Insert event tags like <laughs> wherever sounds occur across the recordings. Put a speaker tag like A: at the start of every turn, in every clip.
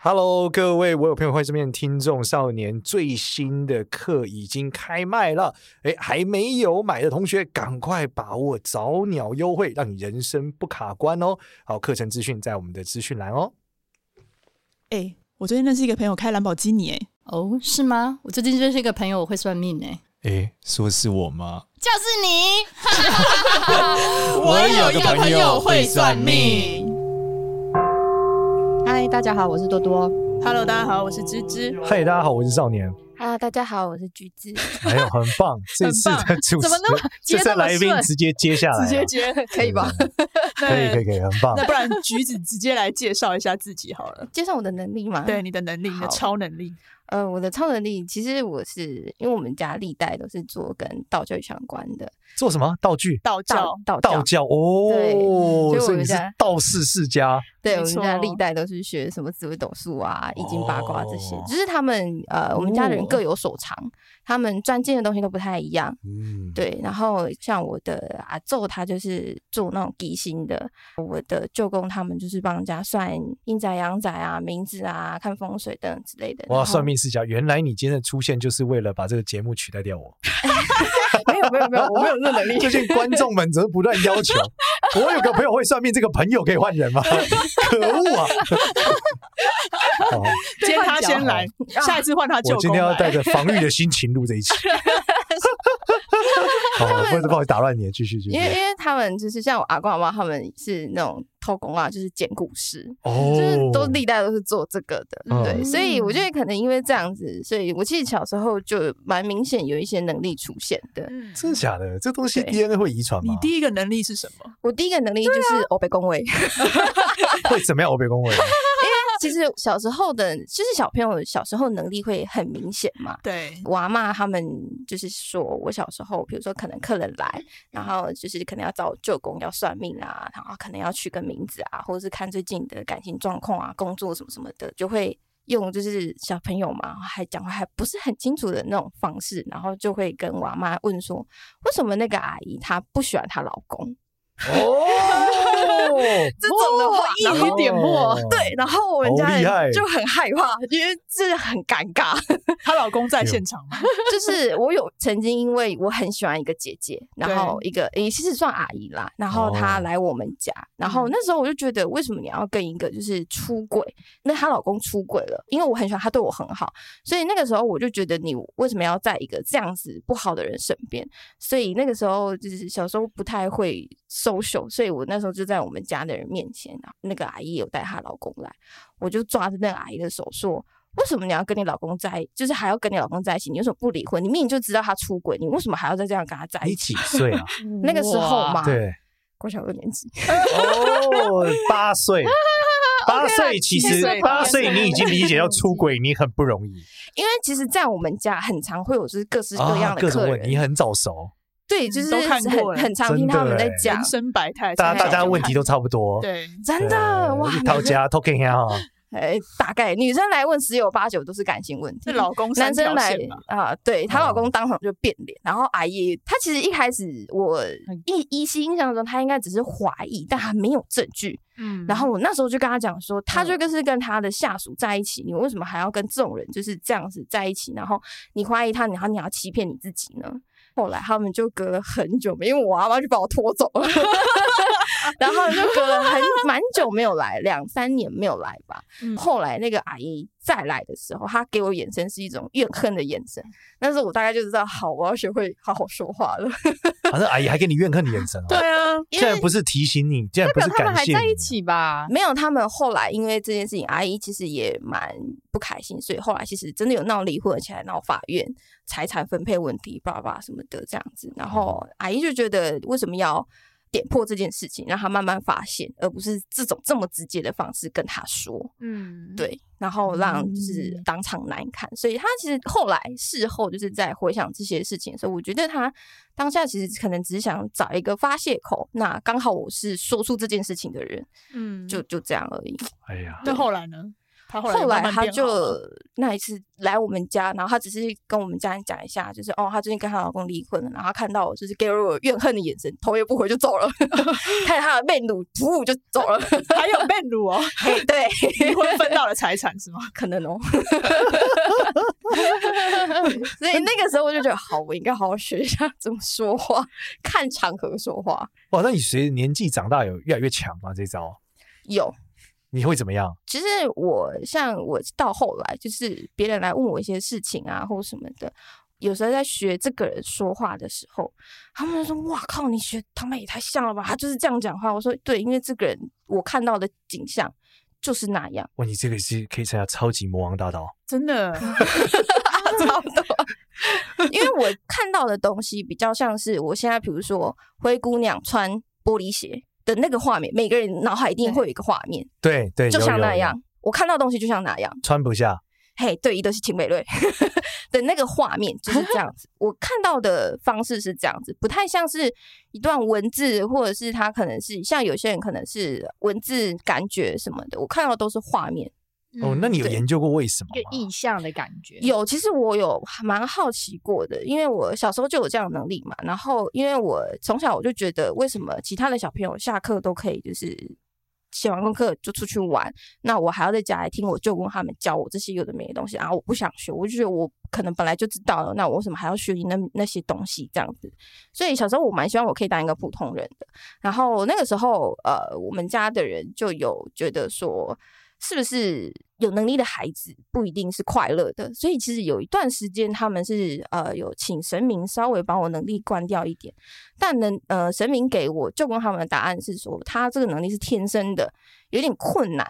A: Hello，各位，我有朋友会这边听众少年最新的课已经开卖了，哎，还没有买的同学赶快把握早鸟优惠，让你人生不卡关哦。好，课程资讯在我们的资讯栏哦。
B: 哎、我最近认识一个朋友开兰博基尼、哎，
C: 哦，是吗？我最近认识一个朋友，我会算命呢、
A: 哎，说是我吗？
C: 就是你。
A: <laughs> 我有一个朋友会算命。
D: 嗨，大家好，我是多多。
B: Hello，大家好，我是芝芝。
A: 嗨，大家好，我是少年。
D: Hello，大家好，我是橘 <laughs> 子。
A: 哎呦，很棒！这次的主持
D: 怎么那
A: 人，这次的来宾直接接下来了，啊嗯
D: 接可
A: 可
D: 以吧？？
A: 可以，可以，可以，很棒。
B: 那不然橘子直接来介绍一下自己好
D: <laughs>
B: 了。
D: <laughs> 介绍我的能力吗？
B: 对，你的能力，你的
D: 好
B: 超能力，
D: 呃，我的超能力其实我是因为我们家历代都是做跟道教相关的
A: 做什么道具？
B: 道
D: 道
B: 教。
D: 道
A: 道
D: 教，
A: 教哦，
D: 对所以我们
A: 所以你是
D: 家
A: 道士世家。
D: 对
B: 没
D: 我们家
B: 错
D: 历代都是学什么紫微斗数啊、易经八卦这些
A: 哦，
D: 只是他们呃，我们家人
A: 哦
D: 各有所长，他们专精的东西都不太一样。
A: 嗯，
D: 对，然后像我的阿昼，他就是做那种吉星的；我的舅公他们就是帮人家算阴宅、阳宅啊、名字啊、看风水等等之类的。
A: 哇，
D: 然后
A: 算命世家，原来你今天的出现就是为了把这个节目取代掉我。
D: 没有没 <laughs> 有没有，
A: <laughs>
D: 我没有这能力。
A: 最近观众们则不断要
D: <laughs>
A: 求，我有个朋友会算命，这个朋友可以换人吗？可恶
D: <laughs>
A: 啊！好，
B: 今天他先来，
D: 啊
B: 下一次换他
A: <laughs>
B: 舅
A: 我今
B: 公
A: 天要
B: 来
A: 带着防御的心情录这一
D: <laughs>
A: 期。好，不好不好意思，打乱你了，继续继续
D: 因为。因为他们就是像我阿公阿妈，他们是那种偷工啊，就是捡古尸，
A: 哦
D: 就是都历代都是做这个的。
A: 嗯
D: 对，所以我觉得可能因为这样子，所以我其实小时候就蛮明显有一些能力出现的。
B: 嗯
A: 真的假的？这东西
D: 对
A: DNA 会遗传
B: 你
A: 吗？
B: 第一个能力是什么？
D: 我第一个能力就是欧北恭维。
A: 会怎么样？我被恭
D: <laughs>
A: 维了。
D: 其实小时候的，就是小朋友小时候能力会很明显嘛。
B: 对，
D: 我阿妈他们就是说，我小时候，比如说可能客人来，然后就是可能要找我舅公要算命啊，然后可能要取个名字啊，或者是看最近的感情状况啊、工作什么什么的，就会用就是小朋友嘛，还讲话还不是很清楚的那种方式，然后就会跟我阿妈问说，为什么那个阿姨她不喜欢她老公？
A: 哦，
D: 这种的话，然后
A: 一点破哦
D: 对，然后我们家
A: 好厉害
D: 人就很害怕，因为这很尴尬。
B: 她老公在现场吗？
D: <laughs> 就是我有曾经因为我很喜欢一个姐姐，然后一个也其实算阿姨啦，然后她
A: 哦
D: 来我们家，然后那时候我就觉得为什么你要跟一个就是出轨？那她老公出轨了，因为我很喜欢她对我很好，所以那个时候我就觉得你为什么要在一个这样子不好的人身边？所以那个时候就是小时候不太会 social，所以我那时候就在我们家的人面前，然后那个阿姨有带她老公来，我就抓着那个阿姨的手说。为什么你要跟你老公在，就是还要跟你老公在一起？你为什么不离婚？你明明就知道他出轨，你为什么还要再这样跟他在一
A: 你
D: 起？啊
A: 几岁
D: <laughs>
A: 啊？
D: 那个时候嘛，
A: 对，
D: 国小六年级，
A: 哦，八岁，八岁其
B: 七
A: 实
B: 岁
A: 八
B: 八
A: 岁
B: 岁
A: 你已经理解要出轨，你很不容易
D: 因为其实，在我们家很常会有就是各式各样的
A: 啊各
D: 客
A: 种
D: 人，
A: 问你很早熟，
D: 对，就
B: 嗯
D: 是
B: 都看过
D: 很
B: 了
D: 很常
A: 真
D: 听他
A: 的
D: 们在
A: 欸
D: 讲
B: 人，生百态，
A: 大
D: 对
A: 家大家
D: 对
A: 问题都差不多。
B: 对，
D: 真
A: 呃
D: 的哇，
A: 一套家 t a l k i n 哈，
D: 哎，大概女生来问十有八九都是感情问题
B: 那。老公三
D: 男生
B: 条
D: 来
B: 线嘛，嗯
D: 啊、对她
A: 哦
D: 老公当场就变脸，然后阿姨她其实一开始我一依稀印象中，她应该只是怀疑，但她没有证据。
B: 嗯
D: 然后我那时候就跟她讲说，她就跟是跟她的下属在一起，你为什么还要跟这种人就是这样子在一起？然后你怀疑他，然后你要欺骗你自己呢？后来他们就隔了很久没，因为我阿妈就把我拖走了， <laughs> 然后就隔了很蛮久没有来，两三年没有来吧。
B: 嗯
D: 后来那个阿姨再来的时候，她给我眼神是一种怨恨的眼神，那时候我大概就知道，好，我要学会好好说话了。
A: 反正阿姨还给你怨恨的眼神
B: 对
A: 啊。
B: 啊，
D: 因
A: 竟然
D: 为
A: 不是提醒你，竟然不是
E: 他们
A: 感
E: 还
A: 谢你
E: 在一起吧？
D: 没有他们后来因为这件事情，阿姨其实也蛮不开心，所以后来其实真的有闹离婚，而且还闹法院财产分配问题，爸爸什么的这样子。然后阿姨就觉得为什么要点破这件事情，让她慢慢发现，而不是这种这么直接的方式跟她说。
B: 嗯，
D: 对，然后让就是当场难看，所以他其实后来事后就是在回想这些事情的时候，我觉得他当下其实可能只是想找一个发泄口，那刚好我是说出这件事情的人，
B: 嗯，
D: 就就这样而已。
A: 哎呀，
B: 那后来呢？他后来
D: 后
B: 慢
D: 来
B: 慢
D: 他
B: 变好
D: 就
B: 了
D: 那一次来我们家，然后他只是跟我们家人讲一下，就是哦，她最近跟她老公离婚了，然后她看到我就是给我怨恨的眼神，头也不回就走了， <laughs> 看着她的被奴噗就走
B: <laughs>
D: 了。 <laughs>
B: 还有被掳哦，
D: 嘿对，
B: 离婚分到了财产是吗？
D: 可能哦。 <laughs> 所以那个时候我就觉得，好，我应该好好学一下怎么说话，看场合说话。
A: 哇，那你随着年纪长大有越来越强吗？这招
D: 有，
A: 你会怎么样？
D: 其实我像我到后来，就是别人来问我一些事情啊，或什么的，有时候在学这个人说话的时候，他们就说：“哇靠，你学他们也太像了吧？”他就是这样讲话。我说：“对，因为这个人我看到的景象就是那样。
A: 哇，你这个是可以参加超级魔王大道，
B: 真的， <laughs>
D: 差不多。因为我看到的东西比较像是我现在，比如说灰姑娘穿玻璃鞋的那个画面，每个人脑海一定会有一个画面，
A: 对对，
D: 就
A: 有
D: 像
A: 有
D: 那
A: 有
D: 样。我看到的东西就像那样，
A: 穿不下，
D: 嘿，对，一对是秦美瑞 <laughs> 的那个画面就是这样子。我看到的方式是这样子，不太像是一段文字，或者是他可能是像有些人可能是文字感觉什么的，我看到的都是画面。
A: 哦，那你有
D: 对
A: 研究过为什么
E: 一个
A: 吗？
E: 意象的感觉，
D: 有，其实我有蛮好奇过的，因为我小时候就有这样的能力嘛。然后，因为我从小我就觉得，为什么其他的小朋友下课都可以就是写完功课就出去玩，那我还要在家里听我舅公他们教我这些有的没的东西，然后我不想学，我就觉得我可能本来就知道了，那我为什么还要学你那那些东西这样子？所以小时候我蛮希望我可以当一个普通人的。然后那个时候，呃，我们家的人就有觉得说，是不是有能力的孩子不一定是快乐的？所以其实有一段时间，他们是呃有请神明稍微把我能力关掉一点，但能呃神明给我就跟他们的答案是说，他这个能力是天生的，有点困难，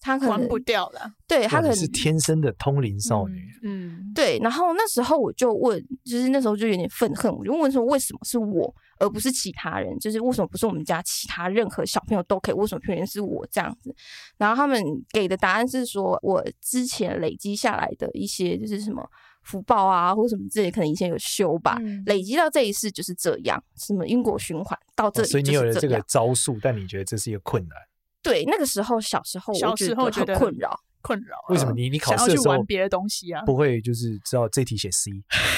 D: 他可
B: 还
D: 能
B: 不掉了。
D: 对他
A: 哇
D: 可
A: 你
D: 能
A: 是天生的通灵少女，
E: 嗯，
D: 对，然后那时候我就问，就是那时候就有点愤恨，我就问说为什么是我，而不是其他人？就是为什么不是我们家其他任何小朋友都可以？为什么偏偏是我这样子？然后他们给的答案是说我之前累积下来的一些就是什么福报啊，或什么之类，可能以前有修
B: 啊
D: 吧，
E: 嗯
D: 累积到这一世就是这样，什么因果循环到这
A: 哦
D: 里
A: 所以你
D: 就
A: 有
D: 是
A: 了
D: 这
A: 这
D: 样。
A: 个招数，但你觉得这是一个困难？
D: 对，那个时候小时候
B: 小
D: 我
B: 时候觉
D: 很
B: 得 <laughs>
D: 困扰，
B: 困扰啊，
A: 为什么你你考
B: 想要
A: 试的
B: 去
A: 时候
B: 玩别的东西啊
A: 不会就是知道这题写 C？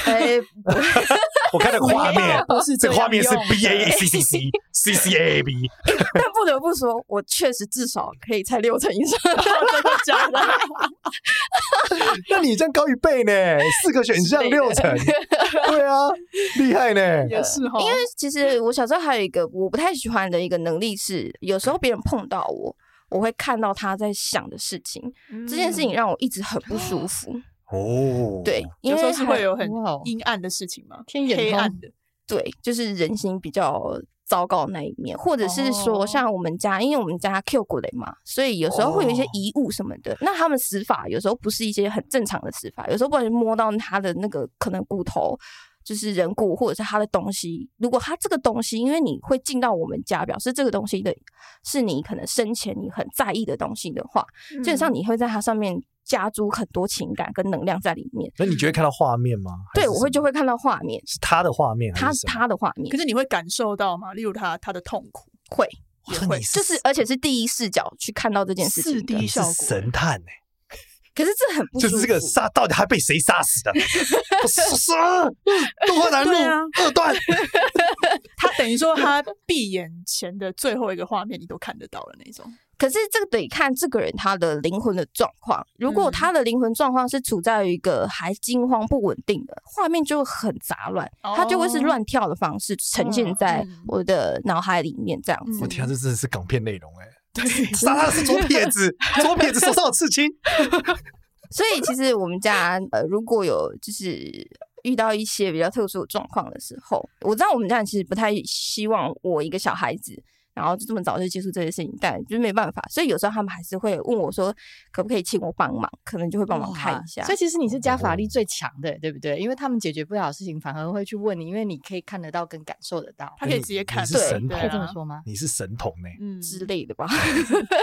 D: 哎，
A: 我看那个画面，
B: 不是
A: 这个
B: 样
A: 画面是
B: 用
A: B
B: 的
A: A E C C C C C A A B，
D: 但不得不说，我确实至少可以猜六成以上。
B: 哦真的假的？
A: 那你这样高一倍呢？四个选项六成，对啊，厉害呢。
B: 也是哦哈，因为
D: 其实我小时候还有一个我不太喜欢的一个能力是，有时候别人碰到我，我会看到他在想的事情。这
B: 嗯
D: 件事情让我一直很不舒服。
A: 哦，
D: 对，因
B: 有时
D: 为
B: 候是会
D: 还
B: 有很
E: 哇哦
B: 阴暗的事情嘛，
E: 天眼
B: 黑
E: 通
B: 暗的，
D: 对，就是人心比较糟糕的那一面，或者是说
B: 哦
D: 像我们家，因为我们家 Q 过雷嘛，所以有时候会有一些
A: 哦
D: 遗物什么的。那他们死法有时候不是一些很正常的死法，有时候不小心摸到他的那个可能骨头。就是人骨或者是他的东西，如果他这个东西，因为你会进到我们家，表示这个东西的是你可能生前你很在意的东西的话，
B: 嗯
D: 基本上
A: 嗯
D: 你会在它上面加诸很多情感跟能量在里面。
A: 那你觉得看到画面吗？还
D: 对
A: 是
D: 我
A: 什
D: 会
A: 么
D: 就会看到画面，
A: 是他的画面
D: 他
A: 还是什么，
D: 他的画面
B: 可是你会感受到吗？例如他他的痛苦，
D: 会。
A: 哇
B: 也
A: 那
B: 会
A: 你
D: 就是而且是第一视角去看到这件事情的
B: 4D
A: 你是
B: 效果
A: 神探呢，
D: 可是这很不
A: 就
D: 舒
A: 是
D: 服。
A: 这个杀到底他被谁杀死的？杀东华南路
B: 对啊
A: 二段，
B: 他等于说他闭眼前的最后一个画面你都看得到了那种，
D: 可是这个得看这个人他的灵魂的状况。如果
B: 嗯
D: 他的灵魂状况是处在于一个还惊慌不稳定的，画面就很杂乱，它就会是
B: 哦
D: 乱跳的方式呈现
B: 嗯
D: 在
B: 嗯
D: 我的脑海里面这样子。
A: 我天啊，这真的是港片内容哎。
B: 对，
A: 杀他的是左撇子，左撇子手上有刺青。
D: 所以其实我们家呃，如果有就是遇到一些比较特殊的状况的时候，我知道我们家人其实不太希望我一个小孩子。然后就这么早就接触这些事情，但就是没办法，所以有时候他们还是会问我说，可不可以请我帮忙，可能就会帮忙看一下。
E: 所以其实你是加法力最强的，对不对？因为他们解决不了的事情，反而会去问你，因为你可以看得到跟感受得到。
B: 他可以直接看，
A: 你是神
B: 对
A: 童
E: 可以这
B: 啊
E: 么说吗？
A: 你是神童呢，
B: 嗯，
D: 之类的吧，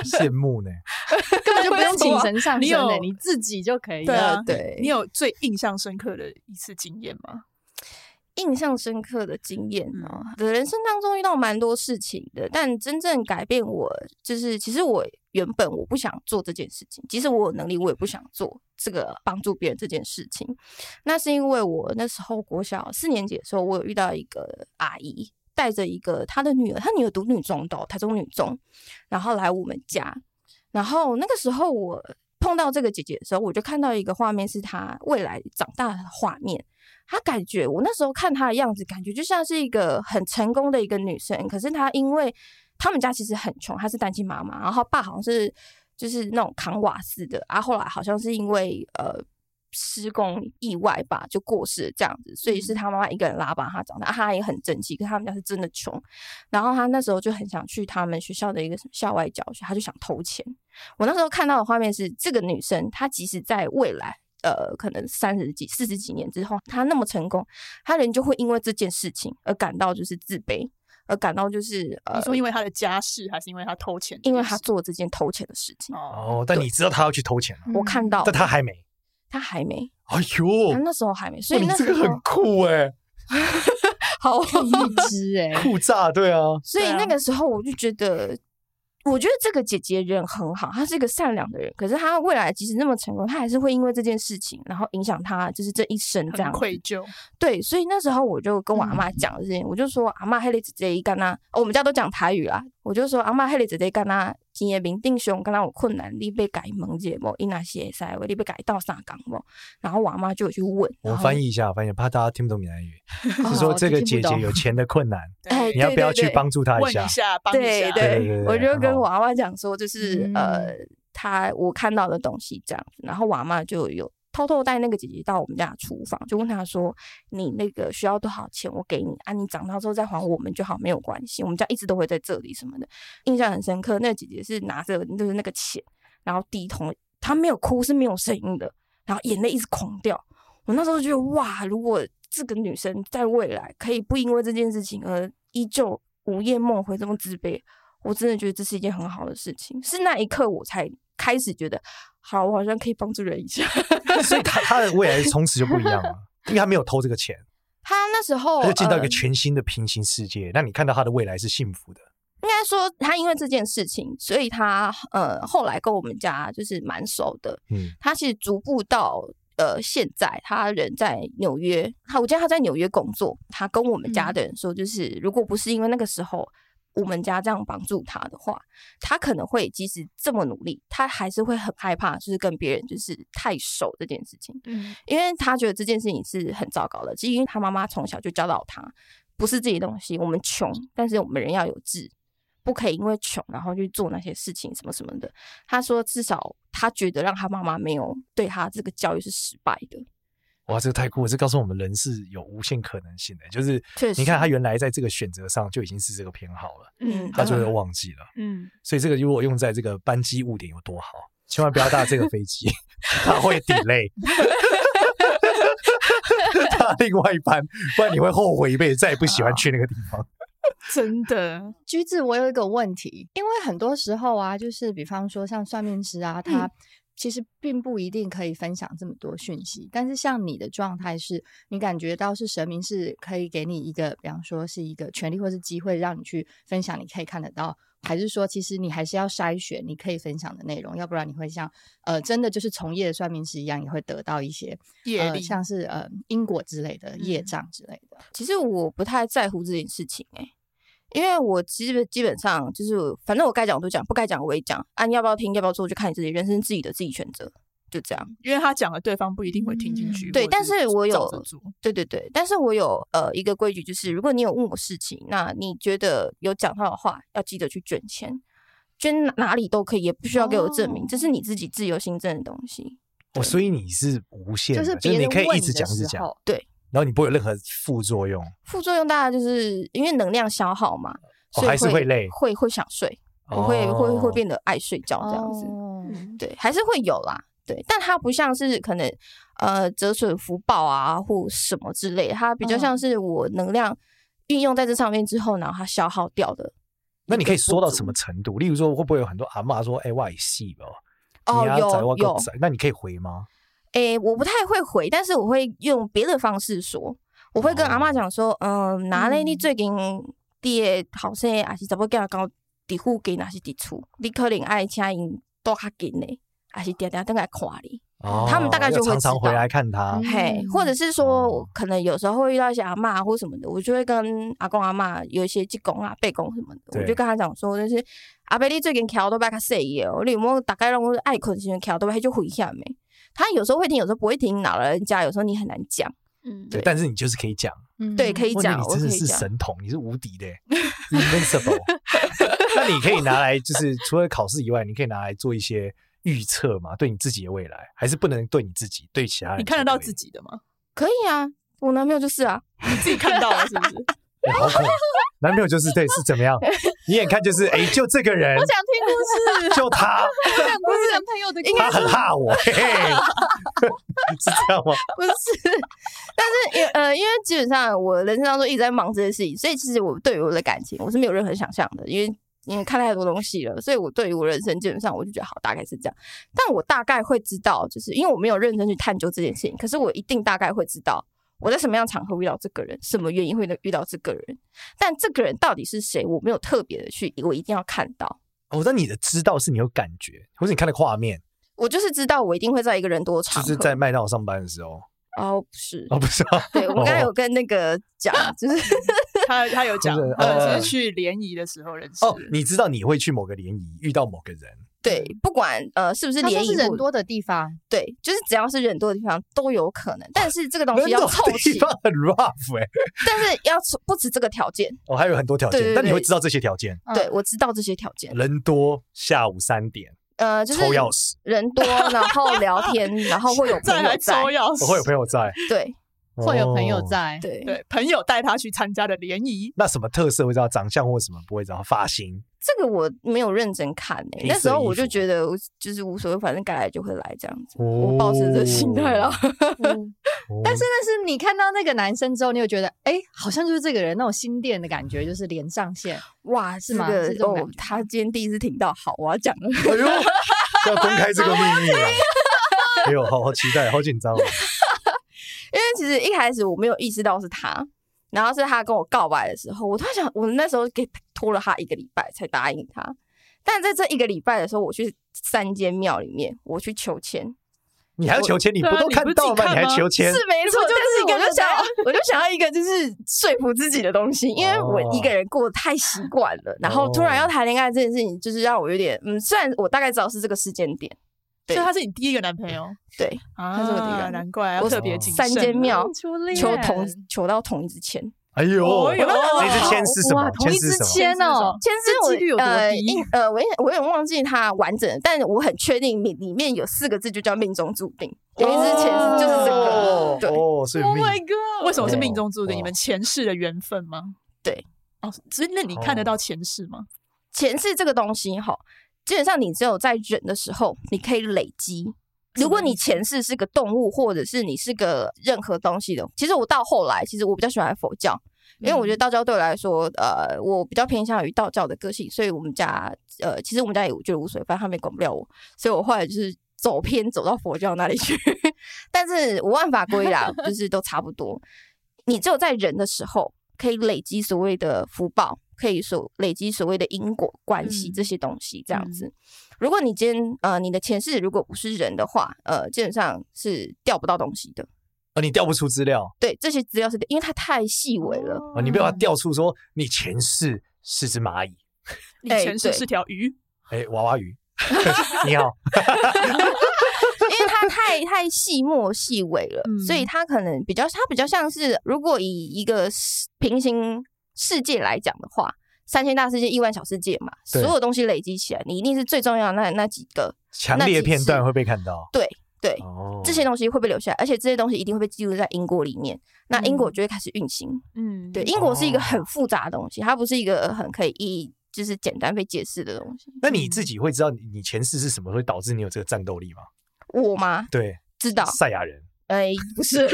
A: 羡慕呢。欸
E: 根本就
C: <laughs>
E: 不用请神上
B: 你
E: 身
B: 有
E: 的，你自己就可以
B: 对
D: <laughs>
E: 了。
B: 啊，
D: 对
B: 你有最印象深刻的一次经验吗？
D: 印象深刻的经验哦
B: 嗯，
D: 我的人生当中遇到蛮多事情的，但真正改变我，就是其实我原本我不想做这件事情，即使我有能力，我也不想做这个帮助别人这件事情。那是因为我那时候国小四年级的时候，我有遇到一个阿姨，带着一个她的女儿，她女儿读女中的哦、台中女中，然后来我们家，然后那个时候我碰到这个姐姐的时候，我就看到一个画面，是她未来长大的画面。她感觉我那时候看她的样子，感觉就像是一个很成功的一个女生，可是她因为他们家其实很穷，她是单亲妈妈，然后爸好像是就是那种扛瓦斯的，啊，后来好像是因为呃。施工意外吧，就过世了这样子，所以是她妈妈一个人拉拔她长大。啊、她也很争气，可是他们家是真的穷。然后她那时候就很想去他们学校的一个什么校外教学，她就想投钱，我那时候看到的画面是，这个女生她即使在未来，呃，可能三十几、四十几年之后，她那么成功，她人就会因为这件事情而感到就是自卑，而感到就是呃
B: 你，说因为他的家世，还是因为他偷钱这
D: 因
B: 件事？
D: 为她做这件偷钱的事情。
B: 哦，嗯
A: 哦，但你知道他要去偷钱了，
D: 我看到，
A: 但他还没。
D: 她还没，
A: 哎
D: 她
A: 呦，
D: 那时候还没，嗯所
A: 哇
D: 以
A: 你
D: 那
A: 这
D: 时
A: 个
D: 候 <laughs>
A: 很酷哎，
D: 好， <laughs>
E: 一只哎、
A: 酷炸，对啊，
D: 所以
B: 对啊
D: 那个时候我就觉得，我觉得这个姐姐人很好，她是一个善良的人，可是她未来即使那么成功，她还是会因为这件事情，然后影响她就是这一生这
B: 很
D: 样子。
B: 愧嗯疚，
D: 对，所以那时候我就跟我阿妈讲这件，我就说阿妈黑里姐姐一干呐，哦我们家都讲台语啦，我就说阿妈黑里姐姐干呐，今夜明定熊干呐有困难，你被改蒙解无，因那些塞维你被改到上港无，然后我阿妈就有去问，
A: 我翻译一下，翻译怕大家听不懂闽南语，
E: 哦
A: 是说
E: 我
A: 这
E: 听
A: 个
E: 不
A: 姐姐
E: 懂
A: 有钱的困难，
D: 哎
B: 对
A: 你要不要
D: 对
A: 去
D: 对
A: 帮助她
B: 问
A: 一下
B: 一？下，帮一
D: 对
B: 下，
A: 对对
D: 我就
A: 很
D: 跟
A: 好
D: 我阿妈讲说，就是、呃
E: 嗯，
D: 她我看到的东西这样子，然后我阿妈就有偷偷带那个姐姐到我们家的厨房，就问她说：“你那个需要多少钱，我给你啊，你长大之后再还我们就好，没有关系，我们家一直都会在这里什么的。”印象很深刻，那个姐姐是拿着就是那个钱，然后低头，她没有哭是没有声音的，然后眼泪一直狂掉。我那时候就觉得哇，如果这个女生在未来可以不因为这件事情而依旧午夜梦回这么自卑，我真的觉得这是一件很好的事情。是那一刻我才开始觉得，好，我好像可以帮助人一下。 <laughs>
A: 所以她她的未来从此就不一样了，因为她没有偷这个钱，
D: 他那时候
A: 她就进到一个
D: 呃
A: 全新的平行世界，让你看到她的未来是幸福的。
D: 应该说，他因为这件事情，所以他呃后来跟我们家就是蛮熟的。
A: 嗯，
D: 他其实逐步到呃现在，他人在纽约，他我记得他在纽约工作，他跟我们家的人说，就是、如果不是因为那个时候我们家这样帮助他的话，他可能会即使这么努力，他还是会很害怕，就是跟别人就是太熟这件事情。
B: 嗯，
D: 因为他觉得这件事情是很糟糕的，其实因为他妈妈从小就教导他，不是自己的东西，我们穷，但是我们人要有志，不可以因为穷然后去做那些事情什么什么的。他说，至少他觉得让他妈妈没有对他这个教育是失败的。
A: 哇，这个太酷了！这告诉我们人是有无限可能性的，就是
D: 确实
A: 你看她原来在这个选择上就已经是这个偏好了，
D: 嗯
A: 她就会忘记了。
B: 嗯， <laughs>
A: 所以这个如果用在这个班机误点有多好，千万不要搭这个飞机，它会 delay。搭另外一班，不然你会后悔一辈子，再也不喜欢去那个地方。
B: 真的，
E: 橘子，我有一个问题，因为很多时候啊，就是比方说像算命师啊，他其实并不一定可以分享这么多讯息，但是像你的状态是，你感觉到是神明是可以给你一个，比方说是一个权利或是机会，让你去分享，你可以看得到。还是说，其实你还是要筛选你可以分享的内容，要不然你会像呃，真的就是从业的算命师一样，也会得到一些
B: 业
E: 呃，
B: 力
E: 像是呃因果之类的业
B: 嗯
E: 障之类的。
D: 其实我不太在乎这件事情哎、因为我基本基本上就是，反正我该讲我都讲，不该讲我也讲。啊，你要不要听，要不要做，就看你自己，人生自己的自己选择，就这样。
B: 因为他讲了，对方不一定会听进去。
E: 嗯
D: 对
B: 或者
D: 但是我有
B: 照着做
D: 对对对，但是我有呃一个规矩，就是如果你有问我事情，那你觉得有讲到的话，要记得去捐钱，捐哪哪里都可以，也不需要给我证明，这是你自己自由心证的东西。
A: 哦，所以你是无限的，
E: 是
A: 就是
E: 别
A: 你
E: 人
A: 可以
E: 问
A: 一
E: 你
A: 直
E: 的
A: 讲，一直
E: 时
A: 讲，
E: 候，
A: 然后你不会有任何副作用。
D: 副作用大概就是因为能量消耗嘛，所以
A: 哦还是会累哦
D: 会会想睡，我会会会变
A: 得
D: 得爱睡觉这样子。
E: 哦
B: 嗯
D: 对，还是会有啦。对，但它不像是可能呃折损福报啊或什么之类的，它比较
E: 嗯
D: 像是我能量运用在这上面之后，然后它消耗掉的。
A: 那你可以说到什么程度？例如说，会不会有很多阿嬷说：“哎，外戏吧，
D: 哦
A: 你要宰我
D: 有有
A: 宰。”那你可以回吗？
D: 诶、我不太会回，但是我会用别的方式说。我会跟阿
A: 哦
D: 嬷讲说，嗯，哪类你最近你的后生还是查某囝到伫附近，啊还是伫厝，你可能爱请因倒较近的，还是定定等来看你。
A: 哦
D: 嗯他们大概就
A: 要
D: 会
A: 常常
D: 知
A: 回
D: 道
A: 来看他
E: 嗯。
D: 嘿，或者是说，
A: 哦
D: 我可能有时候会遇到一些阿嬷或什么的，我就会跟阿公阿嬷有一些技工啊、背公什么的，
A: 对
D: 我就跟他讲说，就是阿伯你最近桥都把较细的哦，你有没有大概让我爱困时阵桥都把就回下没？他有时候会听，有时候不会听，老人家有时候你很难讲，
C: 嗯，
A: 对，但是你就是可以讲，
E: 嗯
D: 对，可以
A: 哇那
D: 讲，
A: 你
D: 我
A: 真
D: 可
A: 的
D: 以
A: 是
D: 讲。
A: 神童，你是无敌
D: <laughs>
A: 的，invincible。那你可以拿来，就是除了考试以外，你可以拿来做一些预测嘛，对你自己的未来，还是不能对你自己，对其他人。
B: 你看得到自？己的吗？
D: 可以啊，我男朋友就是啊，
B: 你自己看到了是不
D: <laughs>
B: 是？
A: 哇好恐怖！男朋友就是对是怎么样？你眼看就是，哎，就这个人，
E: 想听故事，
A: 就他，
E: 我想故事男朋友的故
A: 他很怕我，嘿嘿， <laughs> 是这样吗？
D: <laughs> 不是，但是因呃，因为基本上我人生当中一直在忙这些事情，所以其实我对于我的感情我是没有任何想象的，因为因为看太多东西了，所以我对于我人生基本上我就觉得好大概是这样，但我大概会知道，就是因为我没有认真去探究这件事情，可是我一定大概会知道。我在什么样的场合遇到这个人，什么原因会遇到这个人？但这个人到底是谁，我没有特别的去，我一定要看到。
A: 我哦说你的知道是你有感觉，或者你看那个画面，
D: 我就是知道我一定会在一个人多的
A: 就
D: 场合。
A: 是在麦当劳上班的时候，
D: 哦，不是，
A: 哦，不是啊，
D: 对我们刚才
A: 哦
D: 有跟那个
A: <laughs>
D: 讲，就是
B: 他他有讲
A: 真的，
B: 他
A: 呃
B: 是去联谊的时候认识
A: 哦
B: 的，，
A: 你知道你会去某个联谊遇到某个人，
D: 对，不管呃是不是
E: 他
D: 联
E: 说嗯
D: 谊
E: 是人
D: 活
E: 多的地方，
D: 对，就是只要是人多的地方都有可能，但是这个东
A: 人
D: 西要
A: 多
D: 凑
A: 的地
D: 齐，
A: 方很 rough 哎、
D: 但是要凑不止这个条件。
A: 哦，还有很多条件
D: 对，对
A: 但你
D: 对
A: 会知道这些条件：
E: <laughs> 嗯
D: 对，我知道这些条件，
A: 人多，下午三点，
D: 呃，就是
A: 抽钥匙，
D: 人多，然后聊天，然后
E: <laughs>
D: 会有朋
B: 再
D: 友
B: 来抽
D: 在，
B: 钥
A: 我
B: 匙，
A: 哦会有朋友在，
D: 对
E: 会有朋友
A: 哦。
E: 在，
D: 对
B: 对朋友带他去参加的联谊，
A: 那什么特色会知道？长相或什么不会知道？发型
D: 这个我没有认真看诶、
A: 黑
D: 那时
A: 色
D: 候
A: 衣
D: 我就
A: 服
D: 觉得我就是无所谓，反正该来就会来这样子，
A: 哦
D: 我抱持这心态了。
A: 哦
E: 但是但是你看到那个男生之后，你有觉得哎、诶好像就是这个人那种心电的感觉，就是连上线。
D: <laughs> 哇，
E: 是
D: 这
E: 吗
D: 个
E: 是这种感
D: 哦
E: 觉，
D: 他今天第一次听到，好，我要讲了。
A: 哎呦，要公开这个秘密了。哎呦，好好期待，好紧张哦！
D: 因为其实一开始我没有意识到是他，然后是他跟我告白的时候，我突然想，我那时候给拖了他一个礼拜才答应他。但在这一个礼拜的时候，我去三间庙里面，我去求签，
A: 你还要求签，你不都看到了
B: 对啊
A: 你
B: 你不是自己看吗
A: 还求签
D: 是？没错，
B: 就是一个
D: 但是我就
B: 人
D: 想
B: 啊
D: 要，我就想要一个就是说服自己的东西，因为我
B: 哦
D: 一个人过得太习惯了，然后突然要谈恋爱这件事情，就是让我有点，嗯，虽然我大概知道是这个时间点，
B: 所
D: 对
B: 以他是你第一个男朋友
D: 对，
B: 啊，
D: 他是我第一个男
B: 难怪要
D: 我
B: 特别谨
D: 三
B: 慎。啊
D: 间庙
E: 初恋
D: 求同求到同一支签，
A: 哎呦，
B: 哦哟
A: 那支签是什么
E: 哇，？同
A: 签
E: 一
A: 是
E: 支
A: 什么？
E: 签哦，
D: 签
E: 这
D: 字
E: 几率有多
D: 呃
E: 低
D: 一呃，我也我有点忘记它完整的，但我很确定里里面有四个字就叫命中注定，有一支签
E: 哦
D: 就是这
A: 哦
D: 个，对
A: 哦，所以
B: Oh
A: 命
E: god！
B: 为什么是命中注
A: 哦
B: 定？你们前世的缘分吗？
D: 对，
B: 哦，所以那你看得到前世吗？
D: 前世这个东西哈，基本上你只有在忍的时候，你可以累积。
B: 什么
D: 如果你
B: 意思
D: 前世是个动物，或者是你是个任何东西的，其实我到后来，其实我比较喜欢佛教，因为我
E: 嗯
D: 觉得道教对我来说，呃，我比较偏向于道教的个性，所以我们家呃，其实我们家也觉得无所谓，反正他们也管不了我，所以我后来就是走偏走到佛教那里去，但是无万法归啦，就是都差不多。你只有在人的时候，可以累积所谓的福报，可以所累积所谓的因果关系
B: 嗯
D: 这些东西，这样子。如果你今天呃你的前世如果不是人的话，呃，基本上是调不到东西的。
A: 哦，你调不出资料
D: 对，这些资料是因为它太细微了。
A: 啊，哦你没有办法调出说你前世是只蚂蚁，
B: 你
D: 哎
B: 前世
D: 对
B: 是条鱼，
A: 哎，娃娃鱼，你好，
D: 因为它太太细末细微了，
B: 嗯
D: 所以它可能比较，它比较像是如果以一个世平行世界来讲的话，三千大世界、亿万小世界嘛，所
A: 对
D: 有东西累积起来，你一定是最重要的那那几个，
A: 强
D: 那
A: 烈
D: 几
A: 片段
D: 次
A: 会被看到。
D: 对对，
A: 哦
D: 这些东西会被留下来，而且这些东西一定会被记录在因果里面，那因果就会开始运行。
B: 嗯，
D: 对，因果是一个
A: 哦
D: 很复杂的东西，它不是一个很可以一就是简单被解释的东西。
A: 那你自己会知道你你前世是什么，会导致你有这个战斗力吗？
D: 我吗？
A: 对，<laughs>
D: 知道，
A: 赛亚人
D: 哎、不是。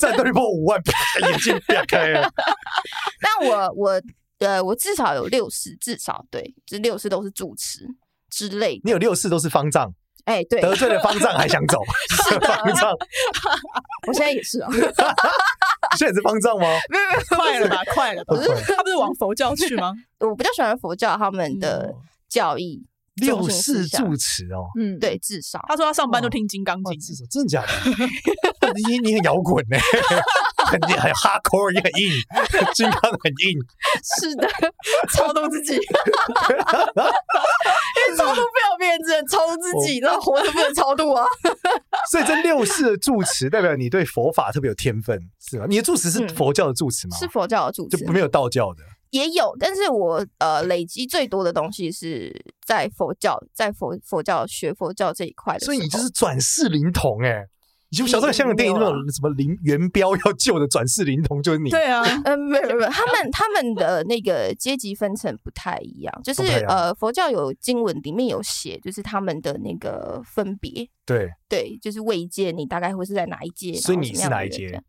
A: 战斗力破五万，啪，眼睛打开了。
D: 但我我呃，我至少有六次，至少对，这六次都是主持之类的。
A: 你有六次都是方丈，
D: 哎，对，
A: 得罪了方丈还想走，是方丈，
D: 我现在也
A: <laughs>
D: 是啊，
A: 现在是方丈吗？
D: 没有没有，
B: 快了吧，快了吧
A: 不会！
B: 他不是往佛教去吗？
D: 我比较喜欢佛教他们的教义，
A: 哦六
D: 中心
A: 世
D: 思想
A: 住持哦，
E: 嗯，
D: 对，
A: <laughs>
D: 至少
B: 他说他上班就听《金刚
A: 哇
B: 经，》，
A: 哦至少真的假的？你你很摇滚呢， <laughs> 很很 hardcore，也很硬， <laughs> 金刚很硬。
D: 是的，超度
A: <laughs>
D: 自己，因为超度不了别人，只能超度自己，
A: 哦
D: 那活着不能超
A: <laughs>
D: 度啊。
A: 所以这六世的住持代表你对佛法特别有天分，是吧？你的住持是
D: 嗯
A: 佛教的住持吗？
D: 是佛教的主持
A: 就没有道教的。
D: 也有，但是我呃累积最多的东西是在佛教，在佛佛教学佛教这一块的时
A: 所
D: 候，
A: 以你就是转世灵童哎、你就小时候香港电影那
D: 没有啊
A: 种什么林元彪要救的转世灵童就是你，
B: 对啊，
D: 呃，没有没有没
A: <laughs>
D: 有，他们他们的那个阶级分层不太一样，就是
A: 不太一样
D: 呃，佛教有经文里面有写，就是他们的那个分别，
A: 对
D: 对，就是位阶，你大概会是在哪一阶，
A: 所以
D: 然后
A: 你
D: 什么
A: 是
D: 样的
A: 哪一
D: 人
A: 阶
D: 这样？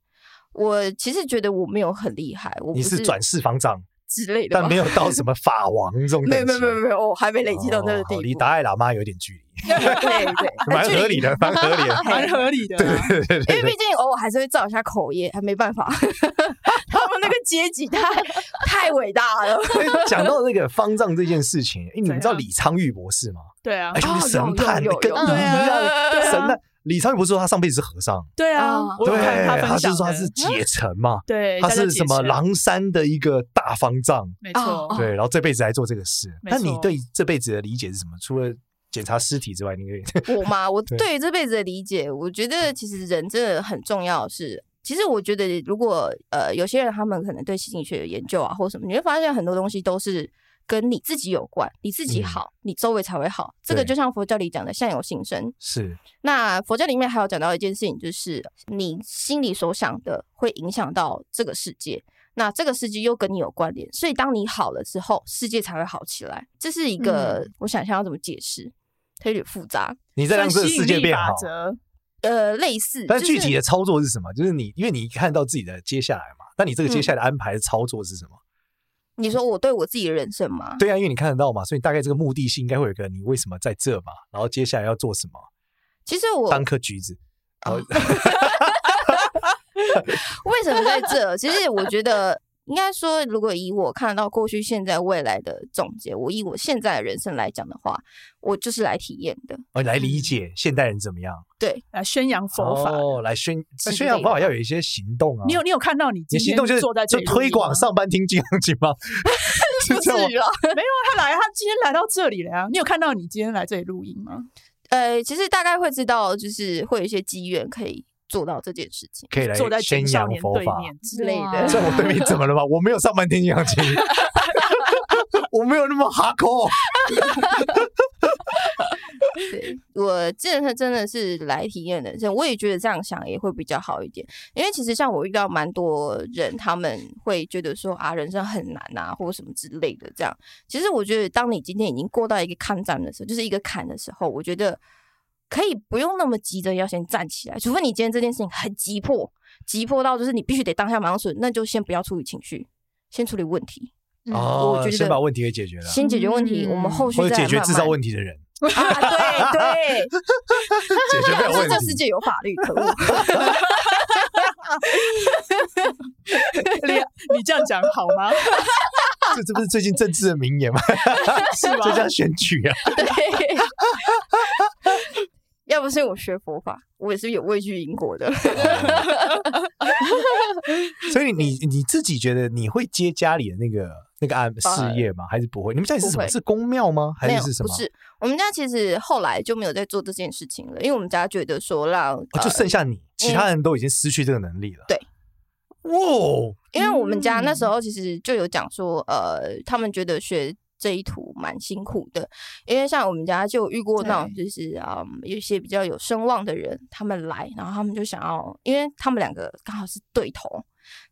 D: 我其实觉得我没有很厉害，我
A: 你
D: 不是
A: 是转世方丈，
D: <laughs> 之类的吧，
A: 但没有到什么法王这种等
D: 没有
A: 级。
D: 没有没有没有，我还没累积到那个
A: 哦
D: 地步，
A: 离达赖喇嘛有点距离，
D: <laughs> 对对，
A: 蛮合理
D: 的。
A: 的，蛮合理的。
B: 蛮合理的啊。
A: <laughs>
D: 因为毕竟偶尔还是会造一下口业，还没办法。 <laughs> 他们那个阶级太太伟大了，
A: 所以 <laughs> 讲到那个方丈这件事情，哎，你们知道
B: 怎样
A: 李昌钰博士吗？
B: 对啊
A: 哎，，就是神
D: 有
A: 探，
D: 有有
A: 跟
D: 有
A: 你
D: 对
A: 一样
B: 啊对啊
A: 神探。李昌钰博士说他上辈子是和尚，
B: 对啊
D: 哦，
B: 我有看他
A: 他
B: 分
A: 是
B: 享
A: 说他
B: 的
A: 是解尘嘛，
B: 对，
A: 他
B: 大家
A: 是
B: 解
A: 什么
B: 释？
A: 狼山的一个大方丈，
B: 没错
D: 哦，
A: 对，然后这辈子来做这个事。
B: 没
A: 那你
B: 错
A: 对这辈子的理解是什么？除了检查尸体之外，你可以 <laughs>
D: 我嘛，我
A: 对
D: 对于这辈子的理解，我觉得其实人真的很重要的是。其实我觉得，如果呃有些人他们可能对心理学有研究啊，或什么，你会发现很多东西都是跟你自己有关，你自己
A: 嗯
D: 好，你周围才会好。这个
A: 对
D: 就像佛教里讲的相由心生，
A: 是
D: 那佛教里面还有讲到一件事情，就是你心里所想的会影响到这个世界，那这个世界又跟你有关联，所以当你好了之后，世界才会好起来。这是一个、
A: 嗯
D: 我想象要怎么解释，它有点复杂。
A: 你在让这个世界变好
B: 法。则
D: 呃，类似，
A: 但是具体的
D: 就是
A: 操作是什么？就是你，因为你看到自己的接下来嘛，那你
B: 嗯
A: 这个接下来的安排的操作是什么？
D: 你说我对我自己的人
B: <laughs>
D: 生吗？
A: 对啊，因为你看得到嘛，所以大概这个目的性应该会有一个你为什么在这嘛，然后接下来要做什么，
D: 其实我
A: 当颗橘子。然后
D: 为什么在这？其实我觉得应该说，如果以我看到过去、现在、未来的总结，我以我现在的人生来讲的话，我就是来体验的。
A: 哦来理解现代人怎么样，
B: 来宣扬佛嗯法。
A: 哦，来宣
D: 之类的
A: 宣扬佛法要有一些行动啊。
B: 你有你有看到你
A: 你
B: 今
A: 的行
B: 天
A: 动就是
B: 坐在这
A: 就
B: 里
A: 推广
B: 吗
A: 上班听金刚经
B: <laughs>
A: 吗？ <laughs> 是
D: 不
A: 这样吗
D: 至于了，
B: 他来，他今天来到这里了呀、你有看到你今天来这里录音吗？
D: 呃，其实大概会知道，就是会有一些机缘可以做到这件事情。
A: 可以来
B: 坐在
A: 宣
B: 青少
A: 扬
B: 年
A: 佛
B: 对
A: 法。
B: 面
D: 之类
E: 啊
D: 的
A: 在我对面怎么了吗？我没有上班听金刚经， <laughs> 我没有那么哈扣。
D: 对我健身真的是来体验人生，我也觉得这样想也会比较好一点。因为其实像我遇到蛮多人，他们会觉得说啊，人生很难啊，或者什么之类的。这样，其实我觉得，当你今天已经过到一个坎站的时候，就是一个坎的时候，我觉得可以不用那么急着要先站起来，除非你今天这件事情很急迫，急迫到就是你必须得当下马上处理，那就先不要处理情绪，先处理问题，
A: 哦
B: 嗯
E: 嗯
D: 我，觉
A: 先
D: 得
A: 把问题给解决了，
D: 先解决问题，我们后续
A: 或者
D: 再
A: 解
D: 来
A: 决
D: 慢
A: 制造
D: 慢
A: 问题的人，
D: <laughs> 啊，对对，
A: 解决不
B: <laughs>
A: 了
D: 可
A: 问
D: 是这世
A: 题。
D: 界有法律，可恶。
A: <laughs>
B: <laughs> 你这样讲好吗？
A: 这这不是最近政治的名
D: <laughs>
A: 言吗？
B: 是
A: 就像
B: 吗？
A: 选举啊， <laughs>
D: 对， <laughs> 要不是我学佛法，我也是有畏惧因果的。
A: 所以你你自己觉得你会接家里的那个那个安事业吗？还是不会？你们家里是什
D: 不
A: 么？
D: 会
A: 是公庙吗？还
D: 没有
A: 是，是什
D: 不
A: 么？
D: 是我们家其实后来就没有在做这件事情了，因为我们家觉得说让、
A: 哦就
D: 呃
A: 剩下你，其他人都已经失去这个能力了。
D: 对，
A: 哇，
D: 因为我们家那时
A: 嗯
D: 候其实就有讲说，呃，他们觉得学这一途蛮辛苦的，因为像我们家就有遇过那种就是啊、嗯有一些比较有声望的人，他们来，然后他们就想要，因为他们两个刚好是对头，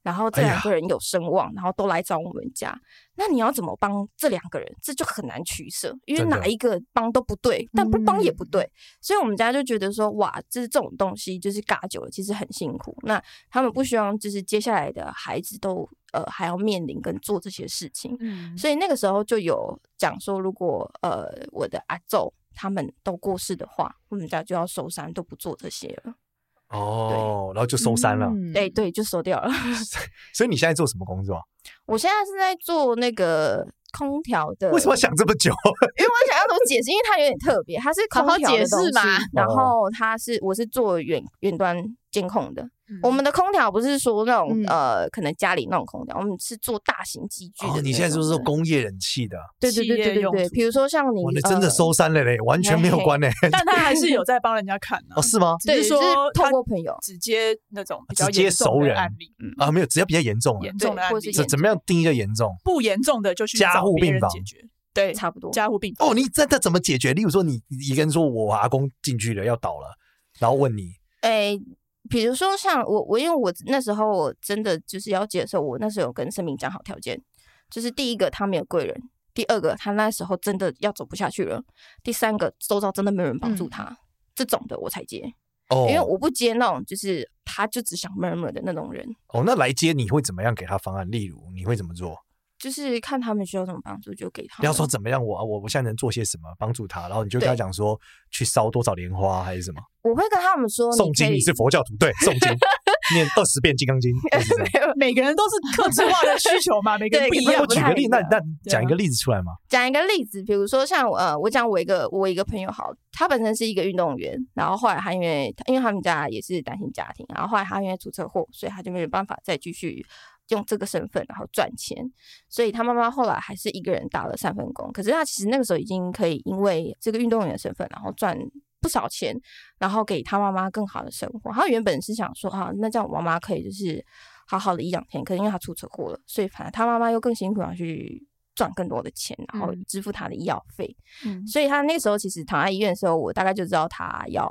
D: 然后这
A: 哎呀
D: 两个人有声望，然后都来找我们家，那你要怎么帮这两个人，这就很难取舍，因为
A: 真的
D: 哪一个帮都不对，但不帮也不
E: 嗯
D: 对，所以我们家就觉得说，哇，这这种东西就是尬久了，其实很辛苦。那他们不希望就是接下来的孩子都呃还要面临跟做这些事情，
B: 嗯，
D: 所以那个时候就有讲说，如果呃我的阿昼他们都过世的话，我们家就要收山，都不做这些了。
A: 哦，然后就收山了。
E: 嗯
D: 对，对，就收掉了。 <laughs>
A: 所以你现在做什么工作啊？
D: 我现在是在做那个空调的，
A: 为什么想这么久？
D: 因为我想要怎么解释，因为它有点特别，它是空
B: 好好
D: 调的
B: 解释
D: 东西
B: 嘛
D: 然
A: 哦
D: 后它是我是做远远端监控的。
B: 嗯
D: <laughs> 我们的空调不是说那种、
E: 嗯
D: 呃，可能家里那种空调，我们是做大型机具的
A: 哦，
D: 那种。
A: 你现在就是
D: 对
A: 做工业冷气的，啊哇，
D: 对对对
B: 嗯企业
D: 对对
B: 用
D: 对，
B: 途
D: 比如说像你
A: 那真的
D: 呃
A: 收山了嘞，完全没有关嘞。
B: 但他还是有在帮人家看呢、
A: 哦，是吗？
B: 只
D: 对，
B: 是说
D: 就是透
B: 他
D: 过朋友，
B: 直接那种比
A: 直
B: 较
A: 接
B: 严重
A: 熟
B: 的
A: 人
B: 案例，
A: 啊，没有，只要比较严重了
B: 严，重的
D: 对
B: 案
D: 或
B: 例
D: 是，
A: 怎怎么样定义叫严重？
B: 不严重的就去
A: 加
B: 找
A: 护
B: 别
A: 病
B: 人
A: 房
B: 解决，对，
D: 差不多
B: 加护病房
A: 哦，你这这怎么解决？例如说，你你一个人说我阿公进去了要倒了，然后问你，
D: 诶、比如说像我，我因为我那时候我真的就是要接受，我那时候有跟生命讲好条件，就是第一个他没有贵人，第二个他那时候真的要走不下去了，第三个周遭真的没有人帮助他，这种的我才接，
A: 哦
D: 因为我不接那种就是他就只想 murmur 的那种人，
A: 哦，那来接你会怎么样给他方案？例如你会怎么做？
D: 就是看他们需要什么帮助就给他
A: 不
D: 们。
A: 要说怎么样，我啊我我现在能做些什么帮助他，然后你就跟他
D: 对
A: 讲说去烧多少莲花还是什么
D: 我会跟他们说，
A: 诵
D: 可
A: 经，
D: 以
A: 你是佛教徒对诵经念二十遍金刚
D: <laughs>
A: 经，类似这样
B: 每个人都是克制化的需求嘛，每个人
D: 对
B: 不一
D: 可
A: 那 <laughs>
D: 能
B: 样
A: 我
D: 不
A: 举
D: 太
A: 个例，那
D: 一样
A: 那
B: 对
A: 讲一
B: 啊
A: 个例子出来嘛？
D: 讲一个例子，比如说像呃，我讲我一个我一个朋友好，他本身是一个运动员，然后后来他因为因为他们家也是单亲家庭，然后后来他因为出车祸，所以他就没有办法再继续用这个身份然后赚钱，所以他妈妈后来还是一个人打了三份工。可是他其实那个时候已经可以因为这个运动员的身份，然后赚不少钱，然后给他妈妈更好的生活。他原本是想说啊，那这样我妈妈可以就是好好的颐养天，可是因为他出车祸了，所以反而他妈妈又更辛苦，要去赚更多的钱，然后
E: 嗯
D: 支付他的医药费。
E: 嗯
D: 所以他那个时候其实躺在医院的时候，我大概就知道他要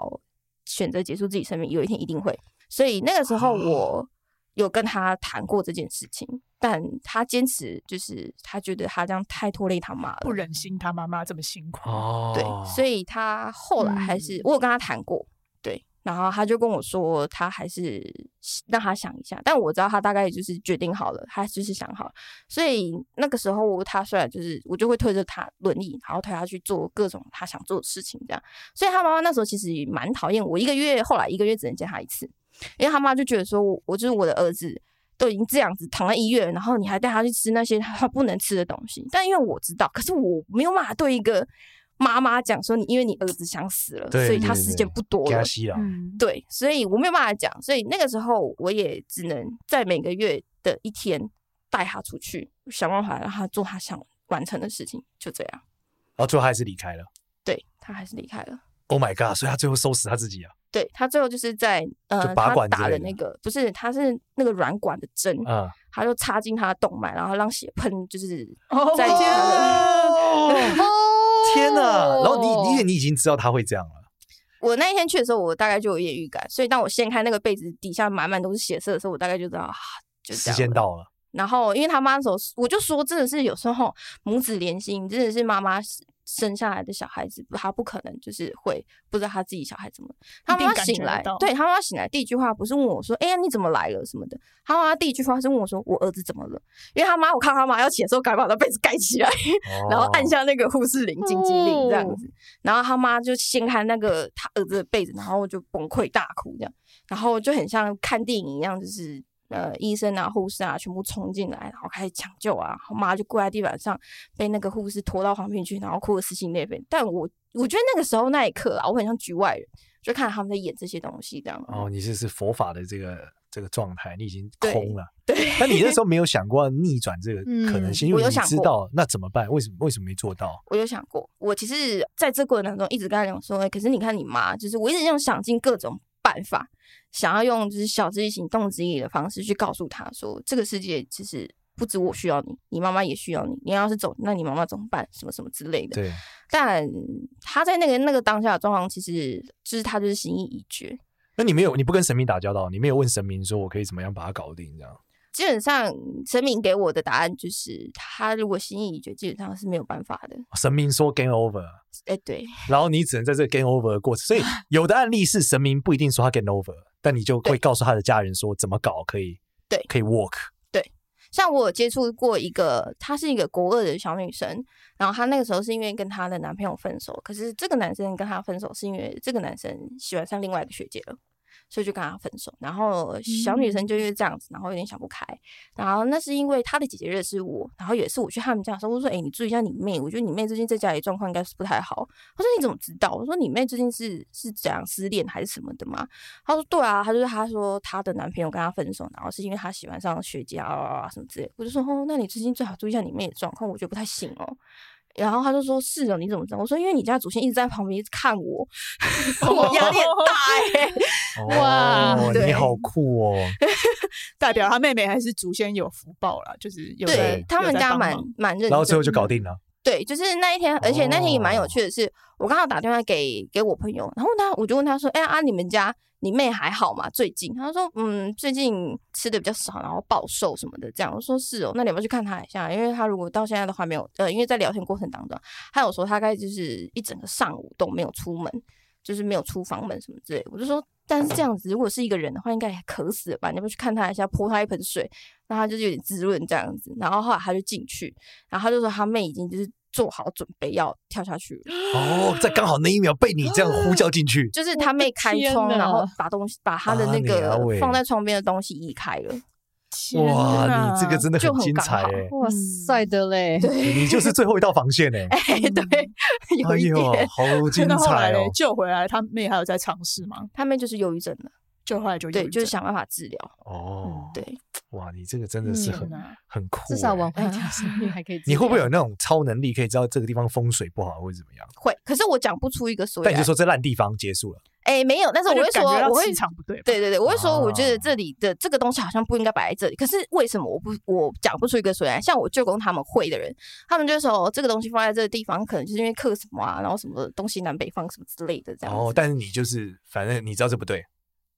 D: 选择结束自己生命，有一天一定会。所以那个时候
B: 哦
D: 我有跟他谈过这件事情，但他坚持就是他觉得他这样太拖累他妈了，
B: 不忍心他妈妈这么辛苦，
A: 哦
D: 对，所
A: 以
D: 以他后来还
B: 嗯
D: 是、我有跟他谈过，对，然后他就跟我说，他还是让他想一下，但我知道他大概就是决定好了，他就是想好了，所以那个时候他虽然就是我就会推着他轮椅，然后推他去做各种他想做的事情，这样，所以他妈妈那时候其实也蛮讨厌我，一个月后来一个月只能见他一次，因为他妈就觉得说我我就是我的儿子。都已经这样子躺在医院，然后你还带他去吃那些他不能吃的东西。但因为我知道，可是我没有办法对一个妈妈讲说你，因为你儿子想死了，
A: 对
D: 所以
A: 对
D: 他
A: 对
D: 时
A: 对
D: 间不多
A: 给
D: 了
A: 他。吸了，
E: 嗯
D: 对，所以我没有办法讲，所以那个时候我也只能在每个月的一天带他出去，想办法让他做他想完成的事情，就这样。
A: 然后最后他还是离开了。
D: 对他还是离开了。
A: Oh my god！所以他最后收拾他自己啊，
D: 对他最后就是在
A: 就
D: 呃，
A: 拔
D: 他
A: 管之
D: 打
A: 类
D: 的
A: 的
D: 那个不是，他是那个软管的针，
A: 嗯，
D: 他就插进他的动脉，然后让血喷，就是
B: 哦
D: 在
B: 天
D: 他的。
A: 哦，天哪！然后
E: 哦
A: 你你你已经知道他会这样了，
D: <laughs> 我那一天去的时候，我大概就有一点预感，所以当我掀开那个被子底下满满都是血色的时候，我大概就知道啊，就这
A: 时
D: 样
A: 间
D: 了
A: 到了。
D: 然后因为他妈那时候，我就说真的是有时候母子连心，真的是妈妈生下来的小孩子，他不可能就是会不知道他自己小孩怎么了。他妈
B: 定
D: 妈
B: 感觉
D: 醒
B: 得
D: 来
B: 到，
D: 对他妈妈醒来第一句话不是问我说：“哎呀，你怎么来了？”什么的。他妈妈第一句话是问我说：“我儿子怎么了？”因为他妈，我看他妈要起的时候，赶快把他被子盖起来， <laughs> 然后按
A: 哦
D: 下那个护士铃、紧急铃这样子。然后他妈就掀开那个他儿子的被子，然后就崩溃大哭这样。然后就很像看电影一样，就是呃医生啊、护士啊全部冲进来，然后开始抢救啊。我妈就跪在地板上，被那个护士拖到旁边去，然后哭得撕心裂肺。但我我觉得那个时候那一刻啊，我很像局外人，就看他们在演这些东西这样。
A: 哦，你这是佛法的这个这个状态，你已经
D: 对
A: 空了。
D: 对，嗯
A: 但你那
D: <laughs>
A: 时候没有想过要逆转这个可能性，因
D: 我
A: 为
D: 有
A: 你
D: 想
A: 知
D: 过
A: 道那怎么办？为什么为什么没做到？
D: 我有想过，我其实在这过程当中一直跟他讲说，欸可是你看你妈，就是我一直用想尽各种办法，想要用就是晓之以情、动之以理的方式去告诉他说，这个世界其实不止我需要你，你妈妈也需要你。你要是走，那你妈妈怎么办？什么什么之类的。
A: 对，
D: 但他在那个那个当下的状况，其实就是他就是心意已决，
A: 那你没有，你不跟神明打交道，你没有问神明说我可以怎么样把它搞定这样。
D: 基本上神明给我的答案就是，他如果心意已决，基本上是没有办法的。
A: 神明说 game over，
D: 哎、对，
A: 然后你只能在这个 game over 的过程。
D: <laughs>
A: 所以有的案例是神明不一定说他 game over，但你就会告诉他的家人说怎么搞可以，
D: 对
A: 可以 work。
D: 像我有接触过一个，她是一个国二的小女生，然后她那个时候是因为跟她的男朋友分手，可是这个男生跟她分手是因为这个男生喜欢上另外一个学姐了。所以就跟她分手，然后小女生就因为这样子，然后有点想不开。然后那是因为她的姐姐认识我，然后有一次我去他们家的时候，我说：“哎、你注意一下你妹，我觉得你妹最近在家里状况应该是不太好。”我说：“你怎么知道？”我说：“你妹最近是是怎样失恋还是什么的吗？”她说：“对啊，她就是她说她的男朋友跟她分手，然后是因为她喜欢上学姐啊啊啊啊什么之类的。”我就说：“哦，那你最近最好注意一下你妹的状况，我觉得不太行哦。”然后她就说：“是哦，你怎么知道？”我说：“因为你家祖先一直在旁边一直看我， <laughs> 我压力很
B: 哦
D: 大哎、
A: 哇
D: 哇
A: 哦你
D: 对
A: 好酷
D: <laughs>
A: 哦！
B: 代表他妹妹还是祖先有福报啦，就是有在
D: 对他
B: 有
D: 们
B: 在
D: 家
B: 帮
D: 蛮
B: 忙
D: 蛮认真，
A: 然后最后就搞。定了，
D: 对，就是那一天，而且那天也蛮有趣的是，我刚好打电话给给我朋友，然后他我就问他说：“哎、啊，你们家你妹还好吗？最近？”他说：“嗯，最近吃的比较少，然后暴瘦什么的。”这样我说：“是哦，那你要不要去看她一下？因为她如果到现在都还没有，呃，因为在聊天过程当中，她有说大概就是一整个上午都没有出门，就是没有出房门什么之类的。”我就说。但是这样子，如果是一个人的话，应该也渴死了吧？你要不要去看她一下，泼她一盆水，让她就是有点滋润这样子。然后后来她就进去，然后他就说他妹已经就是做好准备要跳下去了，
A: 哦，在刚好那一秒被你这样呼叫进去，
D: 就是他妹开窗，
E: 天哪
D: 然后把东西把他的
A: 啊
D: 那
A: 你
D: 个
A: 啊喂
D: 放在窗边的东西移开了。 <laughs>
B: 天
A: 哇，
B: 哪
A: 你这个真的
D: 就
A: 很
D: 很
A: 精
D: 刚
A: 彩
D: 好
A: 哎！
E: 哇塞的嘞！
A: 你就是最后一道防
D: <laughs>
A: 线哎！
D: 哎、
B: 嗯 <laughs>
D: 对，有
A: 哎
D: 一
A: 呦
D: 点，， <laughs>
A: 好精
B: 那后来
A: 彩
B: 嘞
A: 哦！
B: 救回来，他妹还有在尝试吗？
D: 他妹就是忧郁症了，
B: 救回来就有
D: 对，
B: 一
D: 就
B: 阵
D: 是想办法治疗。
A: 哦，
D: 嗯对，嗯
A: 哇，你这个真的是很
B: 天哪
A: 很酷哎，。
E: 至少往 <laughs> 回跳生命还可以
A: 你会不会
E: 有？
A: 有那种超能力，可以知道这个地方风水不好或者怎么样？
D: 会，可是我讲不出一个所以
A: 但你
D: 然
A: 就。说这烂地方结束了，
D: 哎、没有，但是我
B: 那
D: 会
B: 就感
D: 说，
B: 觉到
D: 我会
B: 气。场不对吧，
D: 对对对，我会说，我觉
A: 哦
D: 得这里的这个东西好像不应该摆在这里。可是为什么我不我讲不出一个所以然？像我舅公他们会的人，他们就说、哦、这个东西放在这个地方，可能就是因为克什么啊，然后什么东西南北方什么之类的这样子。
A: 哦，但是你就是反正你知道这不对，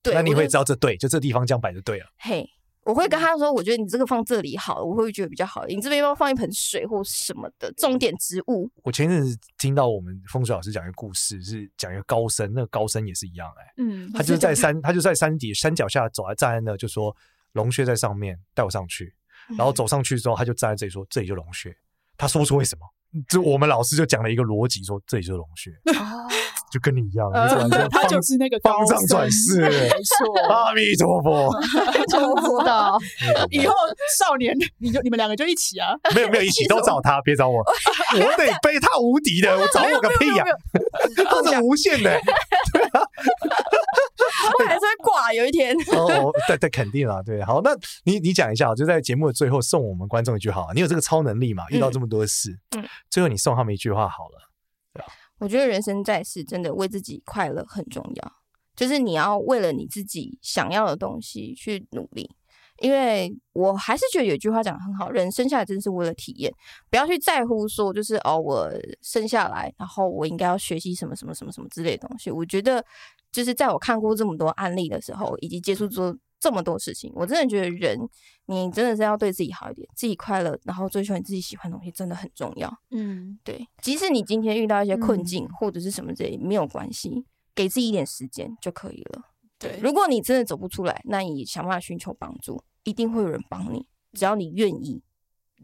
D: 对，
A: 那你
D: 我
A: 会
D: 就
A: 知道这对，就这地方这样摆就对了。
D: 嘿，嗯我会跟他说，我觉得你这个放这里好，我会觉得比较好。你这边要不要放一盆水或什么的种点植物？
A: 我前阵子听到我们风水老师讲一个故事，是讲一个高僧，那个高僧也是一样哎、
B: 嗯，
A: 他就是在山，他就在山底山脚下走啊，站在那就说龙穴在上面，带我上去。
D: 嗯
A: 然
B: 嗯
A: 后走上去之后，他就站在这里说这里就龙穴，他说不出为什么。就我们老师就讲了一个逻辑，说这里就是龙
B: <laughs>
A: 穴，
D: 哦， <laughs>
A: 就跟你一样，
B: 呃
A: 你怎么就
B: <laughs> 他
A: 方
B: 就是那个高
A: 方丈转
B: <laughs>
A: 世，
B: 僧没错。
A: 阿弥陀佛。
E: 不知道？
D: <laughs>
B: 以后少年，你就你们两个就一起啊！
A: 没有没有，一起都找他，别找
B: <laughs>
A: 我，我得背他无敌的，我找我个屁呀、 <laughs> 他是无限
B: 哦
A: 的、
D: 我还是会挂有一天。
A: 哦，对对，肯定啦，对，好，那你你讲一下，就在节目的最后送我们观众一句话，啊你有这个超能力嘛？遇到这么多事，
D: 嗯
A: 最后你送他们一句话好了，
D: 我觉得人生在世，真的为自己快乐很重要，就是你要为了你自己想要的东西去努力。因为我还是觉得有一句话讲得很好，人生下来真是为了体验，不要去在乎说就是哦，我生下来，然后我应该要学习什么什么什么什么之类的东西。我觉得就是在我看过这么多案例的时候，以及接触做这么多事情，我真的觉得人你真的是要对自己好一点，自己快乐，然后追求你自己喜欢的东西，真的很重要。
B: 嗯，
D: 对，即使你今天遇到一些困境、或者是什么之类，没有关系，给自己一点时间就可以了。
B: 对
D: 如果你真的走不出来，那你想办法寻求帮助，一定会有人帮你，只要你愿意。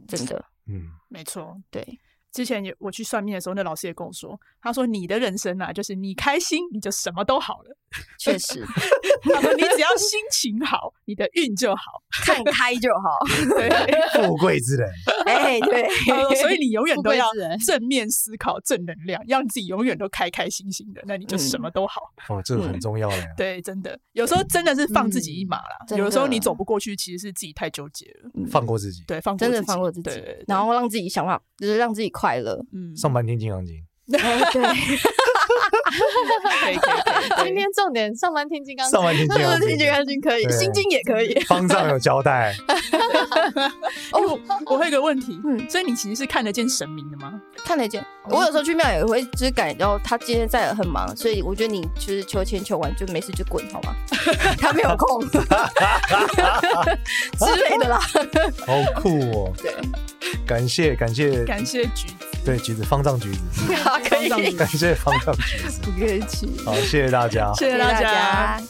D: 真的，
A: 嗯，
B: 没错。
D: <laughs> 对，
B: 之前也我去算命的时候，那老师也跟我说，他说你的人生啊，就是你开心你就什么都好了。
D: 确实
B: 他说你只要心情好，你的运就好。 <laughs>
D: 看开就 <laughs> 好。
B: 对，
A: 富贵之人，
D: 哎、对，
B: 他说所以你永远
E: 富
B: 都
E: 贵
B: 要
E: 之人
B: <laughs> 正面思考、正能量，让自己永远都开开心心的，那你就
D: 嗯
B: 什么都好。
A: 哦，这个很重要嘞。
B: 对，真的，有时候真的是放自己一马啦。
D: 嗯真的
B: 有的时候你走不过去，其实是自己太纠结了。
A: 放过自己，
B: 对，放过
D: 真的
B: 自己
D: 放过自己
B: 对对对，
D: 然后让自己想办法，就是让自己快乐。 <laughs>
B: 嗯，
A: 上半天金刚经，
D: 对，
B: 可以可以可以对
D: <laughs> 哦
E: 今天重点上班听金刚
A: 上半天金刚
D: 这
A: 经
D: 觉，安心可以，
A: 对
D: 心经也可以。
A: 方丈有交代，
B: 哦，我我会有个问题，
D: 嗯
B: 所以你其实是看得见神明的吗？
D: 看得见。我有时候去庙也会，就是感觉到他今天在很忙，所以我觉得你就是求签求完就没事就滚好 <laughs> 吗？他没有 <laughs> 空之类的啦。
A: 好酷哦！
D: 对，
A: 感谢感谢
B: 感谢橘子，
A: 对橘子方丈橘子，
D: 好可以，
A: 感谢方丈橘子，
D: 不客气，
A: 好，谢谢大家。
B: 谢谢大家。
D: 家。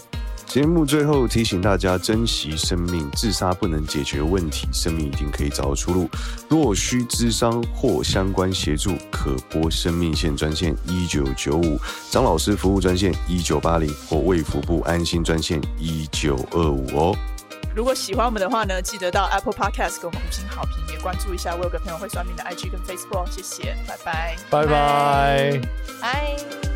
F: 节目最后提醒大家珍惜生命，自杀不能解决问题，生命一定可以找到出路。若需咨商或相关协助，可拨生命线专线一九九五，张老师服务专线一九八零或卫福部安心专线一九二五哦。
B: 如果喜欢我们的话呢，记得到 Apple Podcast 给我们五星好评，也关注一下我有个朋友会算命的 IG 跟 Facebook，哦谢谢，拜拜。
A: 拜拜。
D: 拜。